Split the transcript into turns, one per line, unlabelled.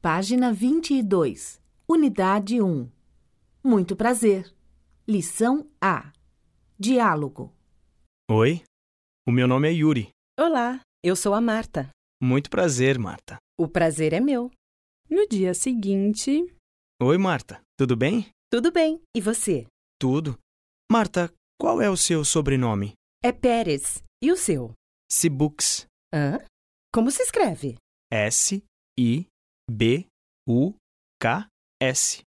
Página 22, Unidade 1. Muito prazer. Lição A. Diálogo.
Oi, o meu nome é Yuri.
Olá, eu sou a Marta.
Muito prazer, Marta.
O prazer é meu.
No dia seguinte,
Oi, Marta, tudo bem?
Tudo bem, e você?
Tudo. Marta, qual é o seu sobrenome?
É Pérez. E o seu?
Sibux.
Hã? Como se escreve?
S-I-B-U-K-S.